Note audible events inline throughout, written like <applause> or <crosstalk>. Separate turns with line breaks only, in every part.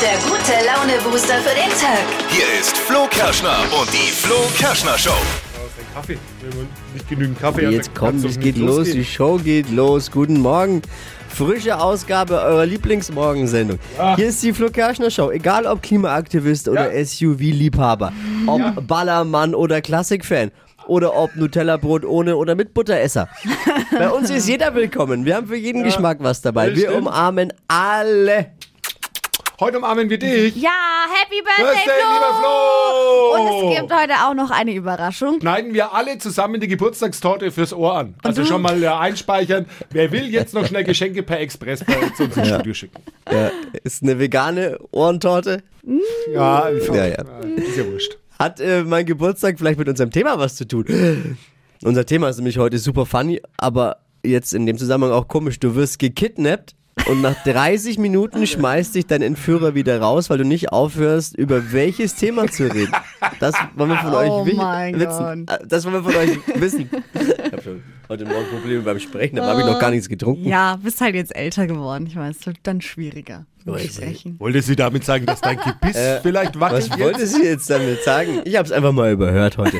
der gute Laune-Booster für den Tag.
Hier ist Flo Kerschner und die Flo Kerschner Show.
Da ist ein Kaffee. Wenn man nicht genügend Kaffee hat,
Jetzt
dann
kommt,
kann's doch
es
nicht
geht los,
losgehen.
die Show geht los. Guten Morgen. Frische Ausgabe eurer Lieblingsmorgensendung. Hier ist die Flo Kerschner Show. Egal ob Klimaaktivist oder SUV-Liebhaber, ob Ballermann oder Klassikfan oder ob Nutella-Brot ohne oder mit Butteresser. Bei uns ist jeder willkommen. Wir haben für jeden Geschmack was dabei.
das
Wir
stimmt.
umarmen alle.
Heute umarmen wir dich.
Ja, Happy Birthday,
Birthday, lieber
Flo!
Flo!
Und es gibt heute auch noch eine Überraschung.
Schneiden wir alle zusammen die Geburtstagstorte fürs Ohr an. Also
du?
schon mal äh, einspeichern. Wer will jetzt noch schnell Geschenke per Express bei uns ins Studio schicken?
Ja, ist eine vegane Ohrentorte.
Ja, ja,
Ja,
ja.
ja.
Ist ja wurscht.
Hat äh, mein Geburtstag vielleicht mit unserem Thema was zu tun? <gasps> Unser Thema ist nämlich heute super funny, aber jetzt in dem Zusammenhang auch komisch. Du wirst gekidnappt und nach 30 Minuten schmeißt dich dein Entführer wieder raus, weil du nicht aufhörst, über welches Thema zu reden. Das wollen wir von
Oh
euch wi-
mein
wissen. Äh, Das wollen wir von euch wissen. Ich habe schon heute Morgen Probleme beim Sprechen, da habe ich noch gar nichts getrunken.
Ja, bist halt jetzt älter geworden. Ich meine, es wird dann schwieriger. mit
Weiß Oh, ich.
Sprechen.
Wolltest du damit sagen, dass dein Gebiss vielleicht wackelt?
Äh, Was wollte sie jetzt damit sagen? Ich habe es einfach mal überhört heute.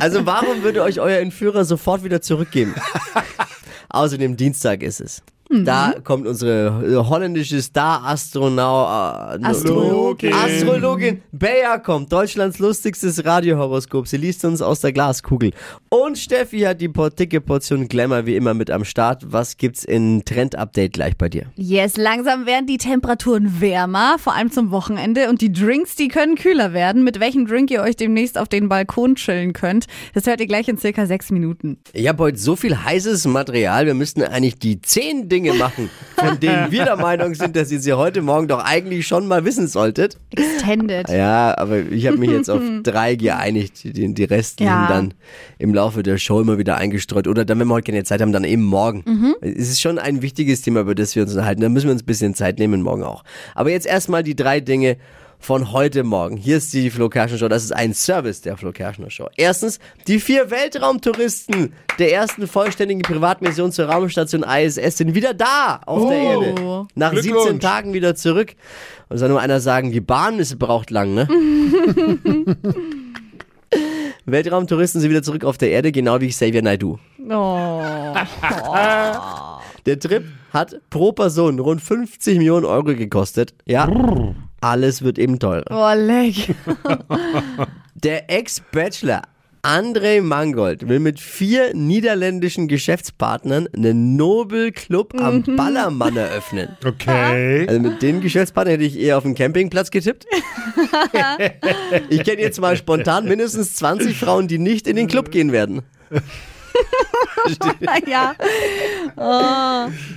Also warum würde euch euer Entführer sofort wieder zurückgeben? Außerdem Dienstag ist es. Da kommt unsere holländische Star-Astronau... äh,
Astrologin.
Astrologin Bea kommt, Deutschlands lustigstes Radiohoroskop. Sie liest uns aus der Glaskugel. Und Steffi hat die por- dicke Portion Glamour wie immer mit am Start. Was gibt's in Trend-Update gleich bei dir?
Yes, langsam werden die Temperaturen wärmer, vor allem zum Wochenende. Und die Drinks, die können kühler werden. Mit welchem Drink ihr euch demnächst auf den Balkon chillen könnt, das hört ihr gleich in circa sechs Minuten.
Ich habe heute so viel heißes Material, wir müssten eigentlich die zehn Dinge machen, von denen wir der Meinung sind, dass ihr sie heute Morgen doch eigentlich schon mal wissen solltet.
Extended.
Ja, aber ich habe mich jetzt auf drei geeinigt, die, die restlichen
Ja.
dann im Laufe der Show immer wieder eingestreut. Oder dann, wenn wir heute keine Zeit haben, dann eben morgen. Es ist schon ein wichtiges Thema, über das wir uns unterhalten. Da müssen wir uns ein bisschen Zeit nehmen, morgen auch. Aber jetzt erstmal die drei Dinge von heute Morgen. Hier ist die Flo Kerschner Show. Das ist ein Service der Flo Kerschner Show. Erstens, die vier Weltraumtouristen der ersten vollständigen Privatmission zur Raumstation ISS sind wieder da auf der Erde. Nach
Glückwunsch.
17 Tagen wieder zurück. Und soll nur einer sagen, die Bahn ist braucht lang, ne? Weltraumtouristen sind wieder zurück auf der Erde, genau wie Xavier Naidoo.
Oh.
Der Trip hat pro Person rund 50 Millionen Euro gekostet. Ja, alles wird eben teurer.
oh, leck. <laughs>
Der Ex-Bachelor André Mangold will mit vier niederländischen Geschäftspartnern einen Nobelclub am Ballermann eröffnen.
Okay.
Also mit den Geschäftspartnern hätte ich eher auf den Campingplatz getippt. Ich kenne jetzt mal spontan mindestens 20 Frauen, die nicht in den Club gehen werden.
ja.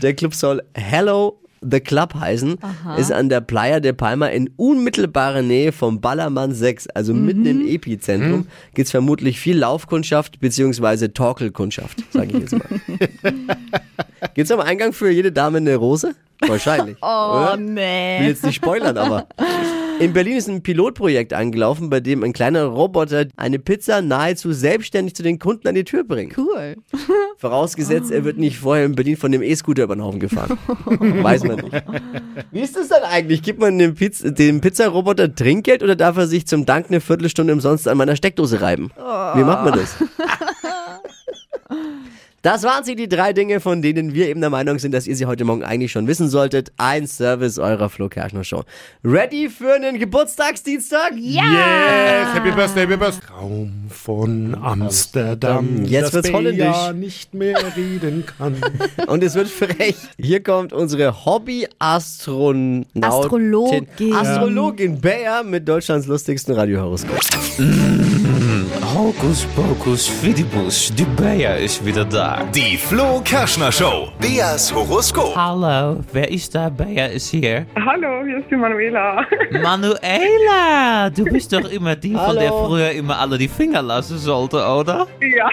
Der Club soll Hello the Club heißen. Ist an der Playa de Palma in unmittelbarer Nähe vom Ballermann 6, also mitten im Epizentrum. Gibt's vermutlich viel Laufkundschaft beziehungsweise Torkelkundschaft, sage ich jetzt mal. Gibt's am Eingang für jede Dame eine Rose? Wahrscheinlich.
Oh,
oder? Ich will
nee.
jetzt nicht spoilern, aber. In Berlin ist ein Pilotprojekt angelaufen, bei dem ein kleiner Roboter eine Pizza nahezu selbstständig zu den Kunden an die Tür bringt.
Cool.
Vorausgesetzt, er wird nicht vorher in Berlin von dem E-Scooter über den Haufen gefahren. Weiß man nicht. Wie ist das dann eigentlich? Gibt man dem, Piz dem Pizzaroboter Trinkgeld oder darf er sich zum Dank eine Viertelstunde umsonst an meiner Steckdose reiben? Wie macht man das? Das waren sie, die drei Dinge, von denen wir eben der Meinung sind, dass ihr sie heute Morgen eigentlich schon wissen solltet. Ein Service eurer Flo Kerschner Show. Ready für einen Geburtstagsdienstag?
Ja. Ah.
Yes, happy birthday, happy birthday. Raum von Amsterdam.
Jetzt
das
wird's holländisch.
Bea nicht mehr reden kann.
Und es wird frech. Hier kommt unsere Hobby-Astronautin.
Astrologin.
Astrologin Bea mit Deutschlands lustigsten Radiohoroskop.
Hocus pocus fidibus, die Bea is weer daar.
Die Flo Kerschner Show. Beas Horoskop.
Hallo, wer is daar? Bea is hier.
Hallo, hier ist die Manuela. <laughs>
Manuela, du bist doch immer die, von der
Hallo.
früher immer alle die Finger lassen sollte, oder?
ja,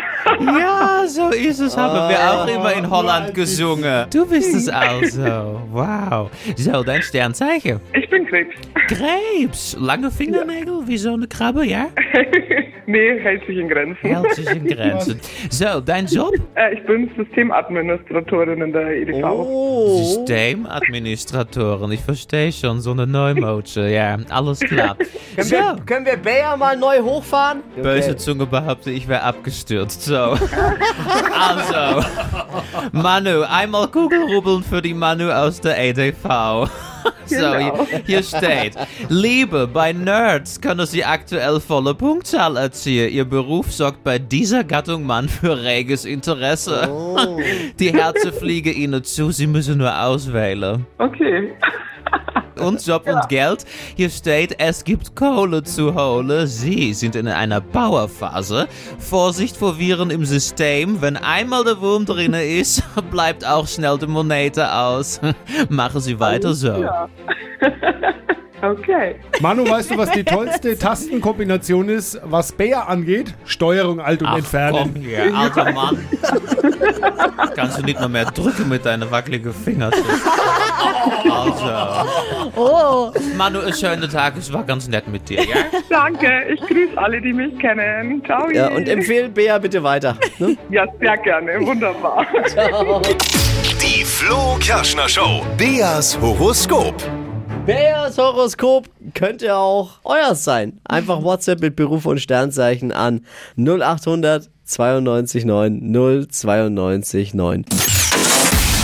Ja, so ist es. Haben wir auch immer in Holland gesungen. Du bist es also. Wow. So, dein Sternzeichen.
ich bin Krebs. <laughs>
Krebs. Lange Fingernägel wie zo'n krabbe, ja?
nee, hält sich in Grenzen.
Hält sich in Grenzen. So, dein Job?
Äh, ich bin Systemadministratorin in der E EDV.
Oh.
Systemadministratoren. Ich verstehe schon, so eine Neumotsche. Ja, alles klar. So,
Können wir Bayer mal neu hochfahren?
böse Zunge behauptet, ich wäre abgestürzt. So. <laughs> Also, Manu, einmal Kugelrubbeln für die Manu aus der EDV. <laughs> So,
Genau.
hier- hier steht, Liebe, bei Nerds können Sie aktuell volle Punktzahl erzielen. Ihr Beruf sorgt bei dieser Gattung Mann für reges Interesse. <laughs> Die Herzen fliegen Ihnen zu, Sie müssen nur auswählen.
Okay.
und Job und Geld. Hier steht, es gibt Kohle zu holen. Sie sind in einer Bauerphase. Vorsicht vor Viren im System. Wenn einmal der Wurm drinne ist, <laughs> bleibt auch schnell die Monete aus. <laughs> Machen Sie weiter so.
Okay.
Manu, weißt du, was
<laughs>
die tollste Tastenkombination ist, was Bär angeht? Steuerung, Alt und
Ach, komm
Entfernen.
hier, alter Mann. Kannst du nicht noch mehr drücken mit deinen wackeligen Fingern? Also,
Oh,
Manu, einen schönen Tag. Es war ganz nett mit dir, ja?
Danke. Ich grüße alle, die mich kennen. Ciao.
Ja, und empfehlen Bea bitte weiter. <laughs> Ne?
ja, sehr gerne. Wunderbar.
Die Flo Kerschner Show. Beas Horoskop.
Beas Horoskop könnte auch euer sein. Einfach WhatsApp mit Beruf und Sternzeichen an 0800 92 9 092 9.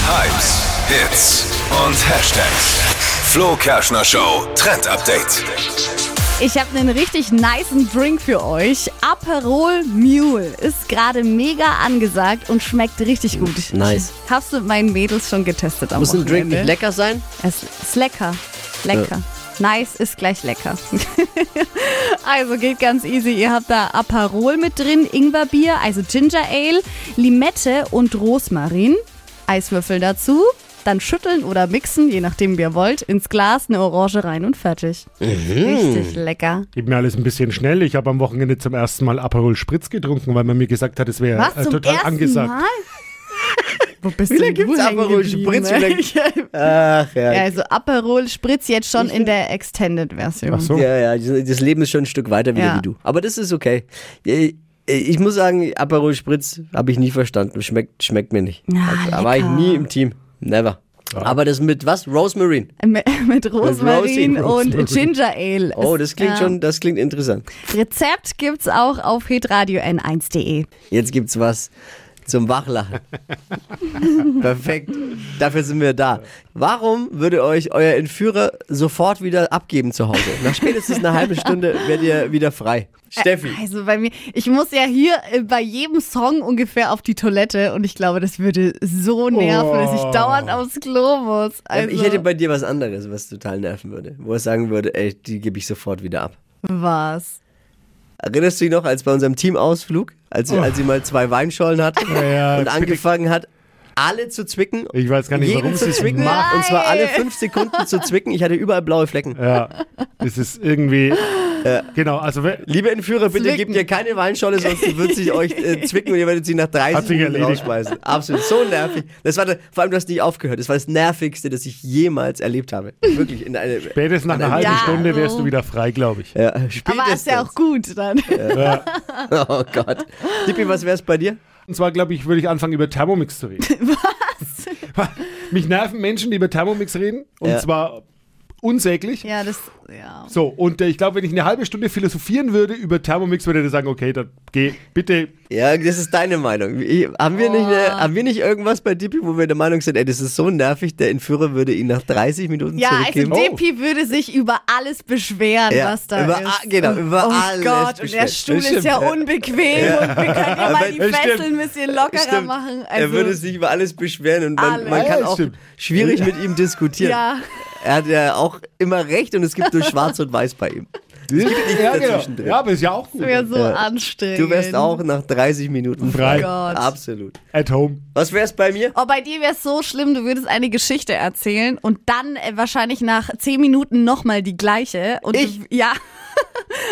Hypes, Hits und Hashtags. Flo Kerschner Show Trend Update.
Ich habe einen richtig nicen Drink für euch. Aperol Mule ist gerade mega angesagt und schmeckt richtig gut.
Nice.
Ich hab's mit meinen Mädels schon getestet am
Muss ein Drink nicht
Wochenende.
lecker sein?
Es ist lecker. Lecker. Nice ist gleich lecker. <laughs> also geht ganz easy. Ihr habt da Aperol mit drin, Ingwerbier, also Ginger Ale, Limette und Rosmarin, Eiswürfel dazu. Dann schütteln oder mixen, je nachdem wie ihr wollt, ins Glas eine Orange rein und fertig.
Mhm.
Richtig lecker.
Gib mir alles ein bisschen schnell. Ich habe am Wochenende zum ersten Mal Aperol Spritz getrunken, weil man mir gesagt hat, es wäre
Was?
äh,
zum
total
ersten
angesagt.
Mal? <laughs> Wo bist
Wie lange
denn
gibt's
du hängen
Aperol
geblieben,
Spritz? Wie
ey?
lange-
Ja,
Ach ja.
<laughs> Also Aperol Spritz jetzt schon in der Extended-Version.
Ach so.
Ja, ja, das Leben ist schon ein Stück weiter wieder
Hm. Ja.
wie du. Aber das ist okay. Äh, Ich muss sagen, Aperol Spritz habe ich nie verstanden. Schmeckt, schmeckt mir nicht.
Ja,
da war ich
lecker.
nie im Team. Never. Aber das mit was? Rosmarin.
<laughs> Mit, mit
Rosie,
Rosmarin und
Rosmarin.
Ginger Ale.
Oh, das klingt
Ja.
schon, das klingt interessant.
Rezept gibt's auch auf hitradio n1.de.
Jetzt gibt's was zum
<laughs>
Wachlachen. Perfekt. Dafür sind wir da. Warum würde euch euer Entführer sofort wieder abgeben zu Hause? Nach spätestens einer
<laughs>
halben Stunde werdet ihr wieder frei. Steffi.
Also bei mir, ich muss ja hier äh, bei jedem Song ungefähr auf die Toilette und ich glaube, das würde so nerven, dass ich dauernd aufs Klo muss. Also,
Ähm, Ich hätte bei dir was anderes, was total nerven würde, wo ich sagen würde, ey, die gebe ich sofort wieder ab.
was?
Erinnerst du dich noch, als bei unserem Teamausflug, als, als sie mal zwei Weinschollen hatte
Oh. ja,
und
bitte.
angefangen hat, alle zu zwicken?
Ich weiß gar nicht,
jeden
warum
zu
sie es
zwicken,
macht.
und zwar alle fünf Sekunden zu zwicken. Ich hatte überall blaue Flecken.
Ja, es ist irgendwie. Genau, also we-
Liebe Entführer, bitte
Zwicken.
gebt ihr keine Weinscholle, sonst wird sie euch
<laughs>
äh, zwicken und ihr werdet sie nach 30
Hat sich
Minuten
erledigt.
rausschmeißen. Absolut, so nervig. Das war, da- vor allem, du hast nicht aufgehört. Das war das Nervigste, das ich jemals erlebt habe. Wirklich, in
<laughs>
einer...
spätestens nach einer halben
Ja.
Stunde wärst du wieder frei, glaube ich.
Ja,
Aber ist ja auch gut
<laughs>
dann. <laughs>
Oh Gott. Tippi, was wär's bei dir?
Und zwar, glaube ich, würde ich anfangen, über Thermomix zu
<laughs>
reden. Was? <laughs> Mich nerven Menschen, die über Thermomix reden. Und
Ja.
zwar unsäglich.
Ja, das, ja.
So, und äh, ich glaube, wenn ich eine halbe Stunde philosophieren würde über Thermomix, würde der sagen, okay, dann geh bitte.
Ja, das ist deine Meinung. Ich- Haben wir, nicht,
Oh.
äh, haben wir nicht irgendwas bei Dippi, wo wir der Meinung sind, ey, das ist so nervig, der Entführer würde ihn nach 30 Minuten
Ja, also
zurückgeben?
Depi würde sich über alles beschweren,
Ja,
was da
über
ist.
a- genau,
Und-
über
oh
alles
Gott, und
beschweren.
der
Das
Stuhl ist
stimmt,
ja
ja.
unbequem und wir können ja mal die
Stimmt.
Fesseln ein bisschen lockerer
Stimmt.
machen. also
er würde sich über alles beschweren und man, man
Alles.
kann
Ja,
auch
stimmt.
schwierig mit ihm diskutieren.
Ja.
Er hat ja auch immer recht und es gibt nur schwarz und weiß bei ihm.
Ja, genau.
dazwischen drin.
ja, aber ist ja auch gut.
wäre so anstrengend.
Du wärst auch nach 30 Minuten
Frei.
frei.
Oh Gott.
Absolut.
At home.
Was wär's bei mir?
Oh, bei dir wäre es so schlimm, du würdest eine Geschichte erzählen und dann äh, wahrscheinlich nach zehn Minuten nochmal die gleiche. Und
Ich?
Du, ja.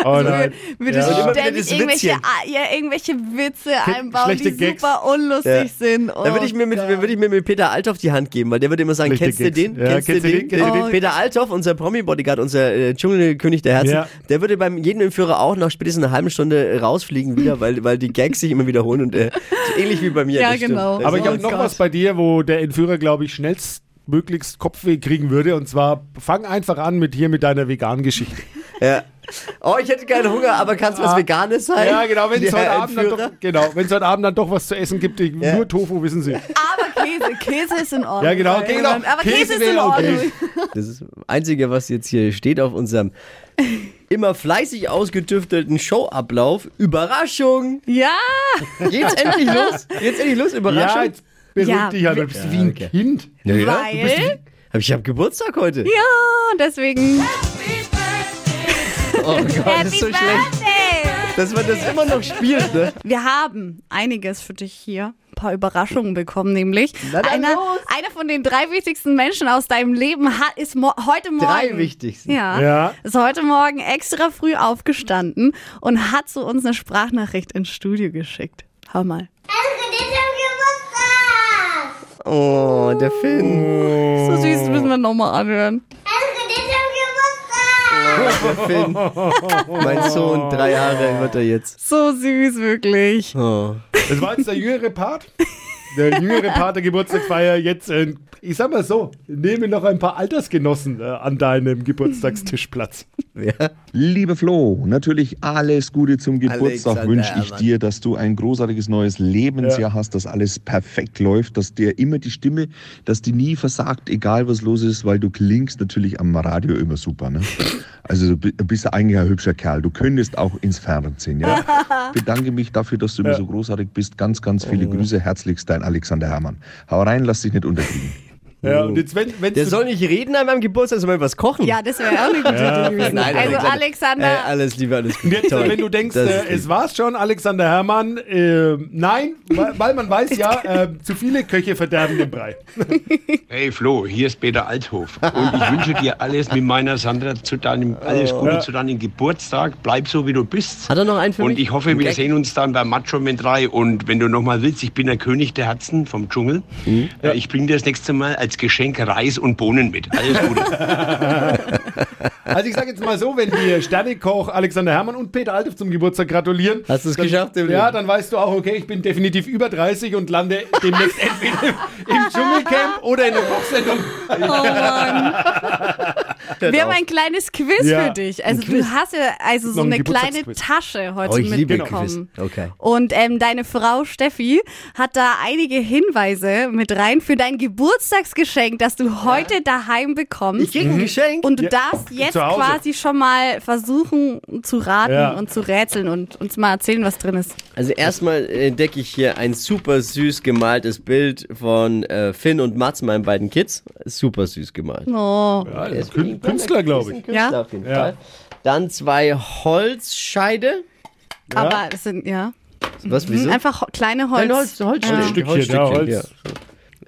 Oh nein.
Würde, würde
Ja.
immer wieder
ständig
das
irgendwelche,
Witzchen.
ah, ja, irgendwelche Witze einbauen, die
schlechte Gags.
super unlustig
Ja.
sind.
Da würde ich mir mit, würde ich mir mit Peter Althoff die Hand geben, weil der würde immer sagen,
Schlechte
kennst du
Gags.
den?
Ja,
kennst du den? Kennst du den?
Oh,
Peter Althoff, unser Promi-Bodyguard, unser äh, Dschungelkönig der Herzen,
Ja.
der würde beim jedem Entführer auch nach spätestens einer halben Stunde rausfliegen wieder, weil, weil die Gags sich immer wiederholen und äh, so ähnlich wie bei mir.
Ja,
das stimmt.
genau.
Das
Aber ich
ist-
habe noch was bei dir, wo der Entführer, glaube ich, schnellstmöglichst Kopfweh kriegen würde. Und zwar fang einfach an mit hier mit deiner veganen Geschichte.
ja. Oh, ich hätte keinen Hunger, aber kann es was
Ah.
Veganes sein?
Ja, genau, wenn es
Der
heute, Abend dann
Entführer?
doch- genau, wenn's heute Abend dann doch was zu essen gibt, ich,
Ja.
nur Tofu, wissen Sie.
<laughs> Aber Käse, Käse ist in Ordnung.
Ja, genau, okay, genau.
Aber Käse,
Käse
ist in
wäre okay.
Ordnung.
Das ist das Einzige, was jetzt hier steht auf unserem immer fleißig ausgetüftelten Showablauf. Überraschung!
Ja,
Geht's endlich los? Geht's endlich los?
Ja,
Überraschung?
jetzt beruhig
Ja.
dich, Alter. Du bist wie ein
okay.
Kind.
Ja,
weil.
Hab ich habe Geburtstag heute.
Ja, deswegen.
Oh Gott, das ist so schlecht,
Birthday!
dass man das immer noch spielt, ne?
Wir haben einiges für dich hier. Ein paar Überraschungen bekommen, nämlich.
Na dann
einer,
los.
einer von den drei wichtigsten Menschen aus deinem Leben hat, ist mo heute Morgen.
Drei wichtigsten.
Ja,
Ja.
Ist heute Morgen extra früh aufgestanden und hat zu uns eine Sprachnachricht ins Studio geschickt. Hör mal.
Oh, der Finn.
So süß, das müssen wir nochmal anhören.
Der Finn. mein Sohn, drei Jahre wird er jetzt.
So süß, wirklich.
Oh.
Das war jetzt der jüngere Part. Der jüngere Part der Geburtstagsfeier jetzt, äh, ich sag mal so, nehme noch ein paar Altersgenossen äh, an deinem Geburtstagstisch Platz.
Ja.
Liebe Flo, natürlich alles Gute zum Geburtstag
Alexander
wünsche ich
Herrmann.
dir, dass du ein großartiges neues Lebensjahr hast, dass alles perfekt läuft, dass dir immer die Stimme, dass die nie versagt, egal was los ist, weil du klingst natürlich am Radio immer super. Ne? Also du bi- bist eigentlich ein hübscher Kerl. Du könntest auch ins Fernsehen. Ja? <laughs> Bedanke mich dafür, dass du immer so großartig bist. Ganz, ganz viele Grüße. Herzlichst dein Alexander Herrmann. Hau rein, lass dich nicht unterkriegen.
Ja, und jetzt, wenn, wenn's
Der
zu-
soll nicht reden an meinem Geburtstag, soll mal was kochen.
Ja, das wäre auch eine gute Idee gewesen.
Nein,
also
Alexander.
Alexander,
Ey, alles Liebe, alles Gute.
Jetzt,
Toll.
wenn du denkst,
Das
äh,
ist lieb.
es war's schon, Alexander Herrmann, äh, nein, weil, weil man weiß ja, äh, zu viele Köche verderben den Brei.
Hey Flo, hier ist Peter Althof und ich wünsche dir alles mit meiner Sandra zu deinem, alles Gute zu deinem Geburtstag. Bleib so, wie du bist.
Hat er noch einen für
Und
mich?
ich hoffe, wir sehen uns dann bei Macho Man 3. Und wenn du nochmal willst, ich bin der König der Herzen vom Dschungel.
Mhm.
Äh, Ich bringe dir das nächste Mal als Geschenk Reis und Bohnen mit. Alles Gute.
Also ich sage jetzt mal so, wenn wir Sternekoch Alexander Herrmann und Peter Althoff zum Geburtstag gratulieren.
Hast du's
dann-
geschafft, Emil?
Ja, dann weißt du auch, okay, ich bin definitiv über 30 und lande demnächst
<laughs>
entweder im, im Dschungelcamp oder in der Kochsendung.
Oh Mann. Wir haben ein kleines Quiz
Ja,
für dich. Also du hast ja also so
Noch ein
eine kleine
Geburtstagsquiz.
Tasche heute
Oh, ich liebe
mitbekommen.
Quiz. Okay.
Und ähm, deine Frau Steffi hat da einige Hinweise mit rein für dein Geburtstagsgeschenk, das du heute daheim
Ich
bekommst.
krieg ein Geschenk.
Mhm. und du darfst jetzt
Zu Hause.
quasi schon mal versuchen zu raten
Ja.
und zu rätseln und uns mal erzählen, was drin ist.
Also erstmal entdecke ich hier ein super süß gemaltes Bild von äh, Finn und Mats, meinen beiden Kids. Super süß gemalt.
Oh.
Ja, das ist Kün Künstler, glaube ich.
Ein Künstler
Ja.
auf jeden
Ja.
Fall. Dann zwei Holzscheide.
Aber es sind, ja.
Was,
Mhm.
wieso?
Einfach ho- kleine
Nein,
Holz.
Holzstückchen.
Holzstückchen, ja, Holz.
ja.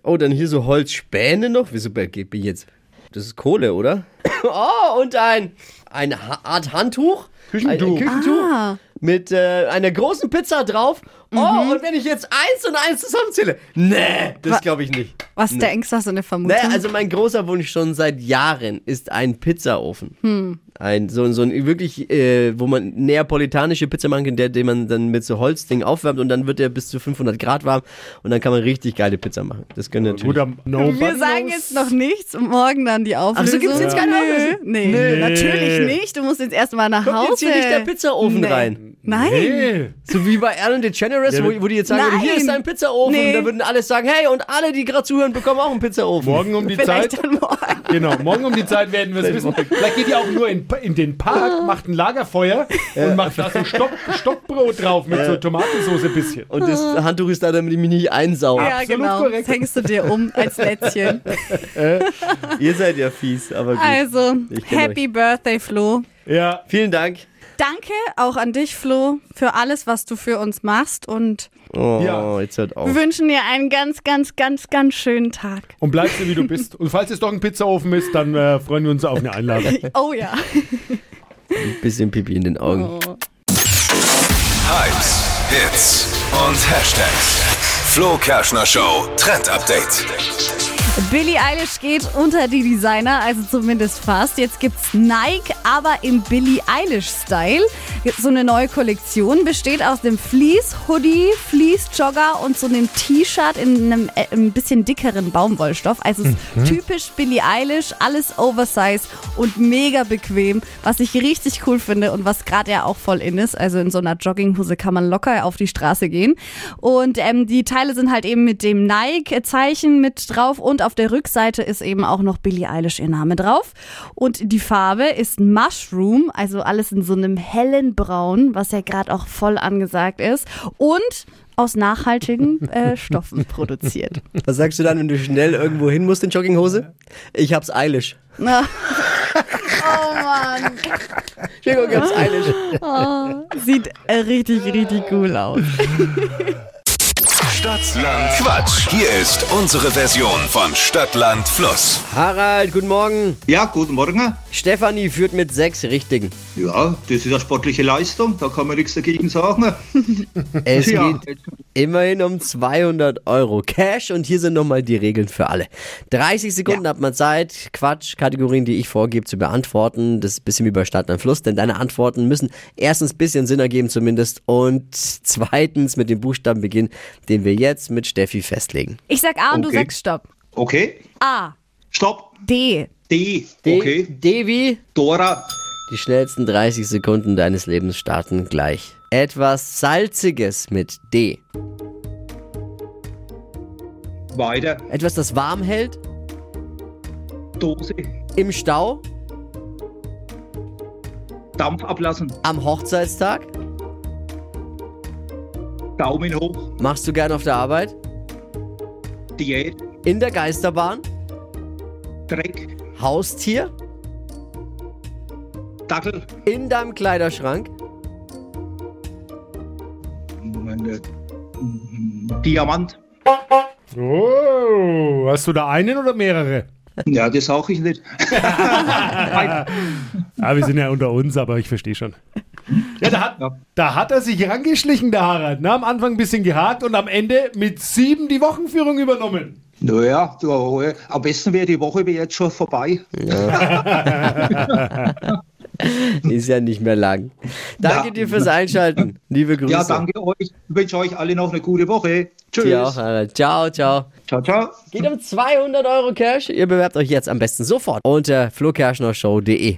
Oh, dann hier so Holzspäne noch. Wieso bei- gebe ich jetzt? Das ist Kohle, oder? <coughs> Oh, und ein eine Ha- Art Handtuch.
Küchentuch.
Ein Küchentuch
Ah.
mit äh, einer großen Pizza drauf. Oh, und wenn ich jetzt eins und eins zusammenzähle. Nee,
Mhm. Wa-
das glaube ich nicht.
Was denkst du, hast du eine Vermutung?
Naja, also mein großer Wunsch schon seit Jahren ist ein Pizzaofen.
Hm.
Ein, so, so ein wirklich, äh, wo man neapolitanische Pizza machen kann, der, den man dann mit so Holzding aufwärmt und dann wird der bis zu 500 Grad warm und dann kann man richtig geile Pizza machen. Das können natürlich.
Oder no
Wir sagen jetzt noch nichts und morgen dann die Auflösung.
so, gibt's jetzt keine
Nö.
Auflösung?
Nee, natürlich nicht. Du musst jetzt erstmal nach
Kommt
Hause.
jetzt hier nicht der Pizzaofen
nee.
rein?
Nein.
Hey.
So wie bei Ellen DeGeneres,
Ja,
wo, wo die jetzt sagen,
Nein.
hier ist dein Pizzaofen.
Nee.
Und da würden alle sagen, hey, und alle, die gerade zuhören, bekommen auch einen Pizzaofen.
Morgen um die
Vielleicht
Zeit.
dann morgen.
Genau, morgen um die Zeit werden wir es wissen. Vielleicht geht ihr auch nur in, in den
Ah.
Park, macht ein Lagerfeuer und macht da so Stock, Stockbrot drauf mit so Tomatensauce bisschen.
Und das Handtuch ist da, damit ich mich nicht einsauge.
Ah. Ja, genau.
korrekt.
Das hängst du dir um
<laughs>
als Lätzchen.
Ihr seid ja fies, aber gut.
Also,
Ich kenn
Happy Birthday, Flo.
Ja,
Vielen Dank.
Danke auch an dich, Flo, für alles, was du für uns machst. Und
Oh,
Ja.
jetzt hört auf.
wir wünschen dir einen ganz, ganz, ganz, ganz schönen Tag.
und bleibst du, wie du bist. Und falls es doch ein Pizzaofen ist, dann äh, freuen wir uns auf eine Einladung.
Oh ja.
bisschen Pipi in den Augen.
Oh.
Hypes, Hits und Hashtags. Flo Kerschner Show Trend Update.
Billie Eilish geht unter die Designer, also zumindest fast. Jetzt gibt's Nike, aber im Billie Eilish-Style. So eine neue Kollektion besteht aus dem Fleece-Hoodie, Fleece-Jogger und so einem T-Shirt in einem äh, ein bisschen dickeren Baumwollstoff. Also es ist typisch Billie Eilish, alles Oversize und mega bequem, was ich richtig cool finde und was gerade ja auch voll in ist. Also in so einer Jogginghose kann man locker auf die Straße gehen. Und ähm, die Teile sind halt eben mit dem Nike-Zeichen mit drauf und auf der Rückseite ist eben auch noch Billie Eilish ihr Name drauf. Und die Farbe ist Mushroom, also alles in so einem hellen Braun, was ja gerade auch voll angesagt ist. Und aus nachhaltigen äh, Stoffen produziert.
Was sagst du dann, wenn du schnell irgendwo hin musst in Jogginghose? Ich hab's eilish.
Na. <laughs> Oh Mann.
Entschuldigung, ich hab's eilish.
Sieht äh, richtig, richtig cool aus.
Stadtland Quatsch. Hier ist unsere Version von Stadtland Fluss.
Harald, guten Morgen.
Ja, guten Morgen.
Stefanie führt mit sechs Richtigen.
Ja, das ist eine sportliche Leistung, da kann man nichts dagegen sagen.
Es
Ja.
geht immerhin um 200 Euro Cash und hier sind nochmal die Regeln für alle. 30 Sekunden hat man Zeit, Quatsch, Kategorien, die ich vorgebe, zu beantworten. Das ist ein bisschen wie bei Stadt am Fluss, denn deine Antworten müssen erstens ein bisschen Sinn ergeben zumindest und zweitens mit dem Buchstaben beginnen, den wir jetzt mit Steffi festlegen.
Ich sag A und du
Okay.
sagst Stopp.
Okay,
A,
stopp.
D,
D.
D-
Okay,
Devi,
Dora.
die schnellsten 30 Sekunden deines Lebens starten gleich. Etwas Salziges mit D.
Weiter.
Etwas, das warm hält,
Dose.
im Stau,
Dampf ablassen.
am Hochzeitstag,
Daumen hoch.
machst du gern auf der Arbeit,
Diät.
in der Geisterbahn,
Dreck.
Haustier,
Dackel.
in deinem Kleiderschrank, <laughs>
Moment, äh, mm, Diamant.
<laughs>
Oh, hast du da einen oder mehrere?
Ja, das auch ich nicht. <laughs>
Ah, wir sind ja unter uns, aber ich verstehe schon. Ja, da hat,
Ja.
da hat er sich rangeschlichen, der Harald. Na, am Anfang ein bisschen gehakt und am Ende mit sieben die Wochenführung übernommen.
Naja, du, äh, am besten wäre die Woche wäre jetzt schon vorbei.
ist ja nicht mehr lang. Danke
Ja.
dir fürs Einschalten. Liebe Grüße.
Ja, danke euch. Ich wünsche euch alle noch eine gute Woche. Tschüss.
Dir auch, Harald. Ciao, ciao.
Ciao, ciao.
Geht um 200 Euro Cash. Ihr bewerbt euch jetzt am besten sofort unter flokerschnershow.de.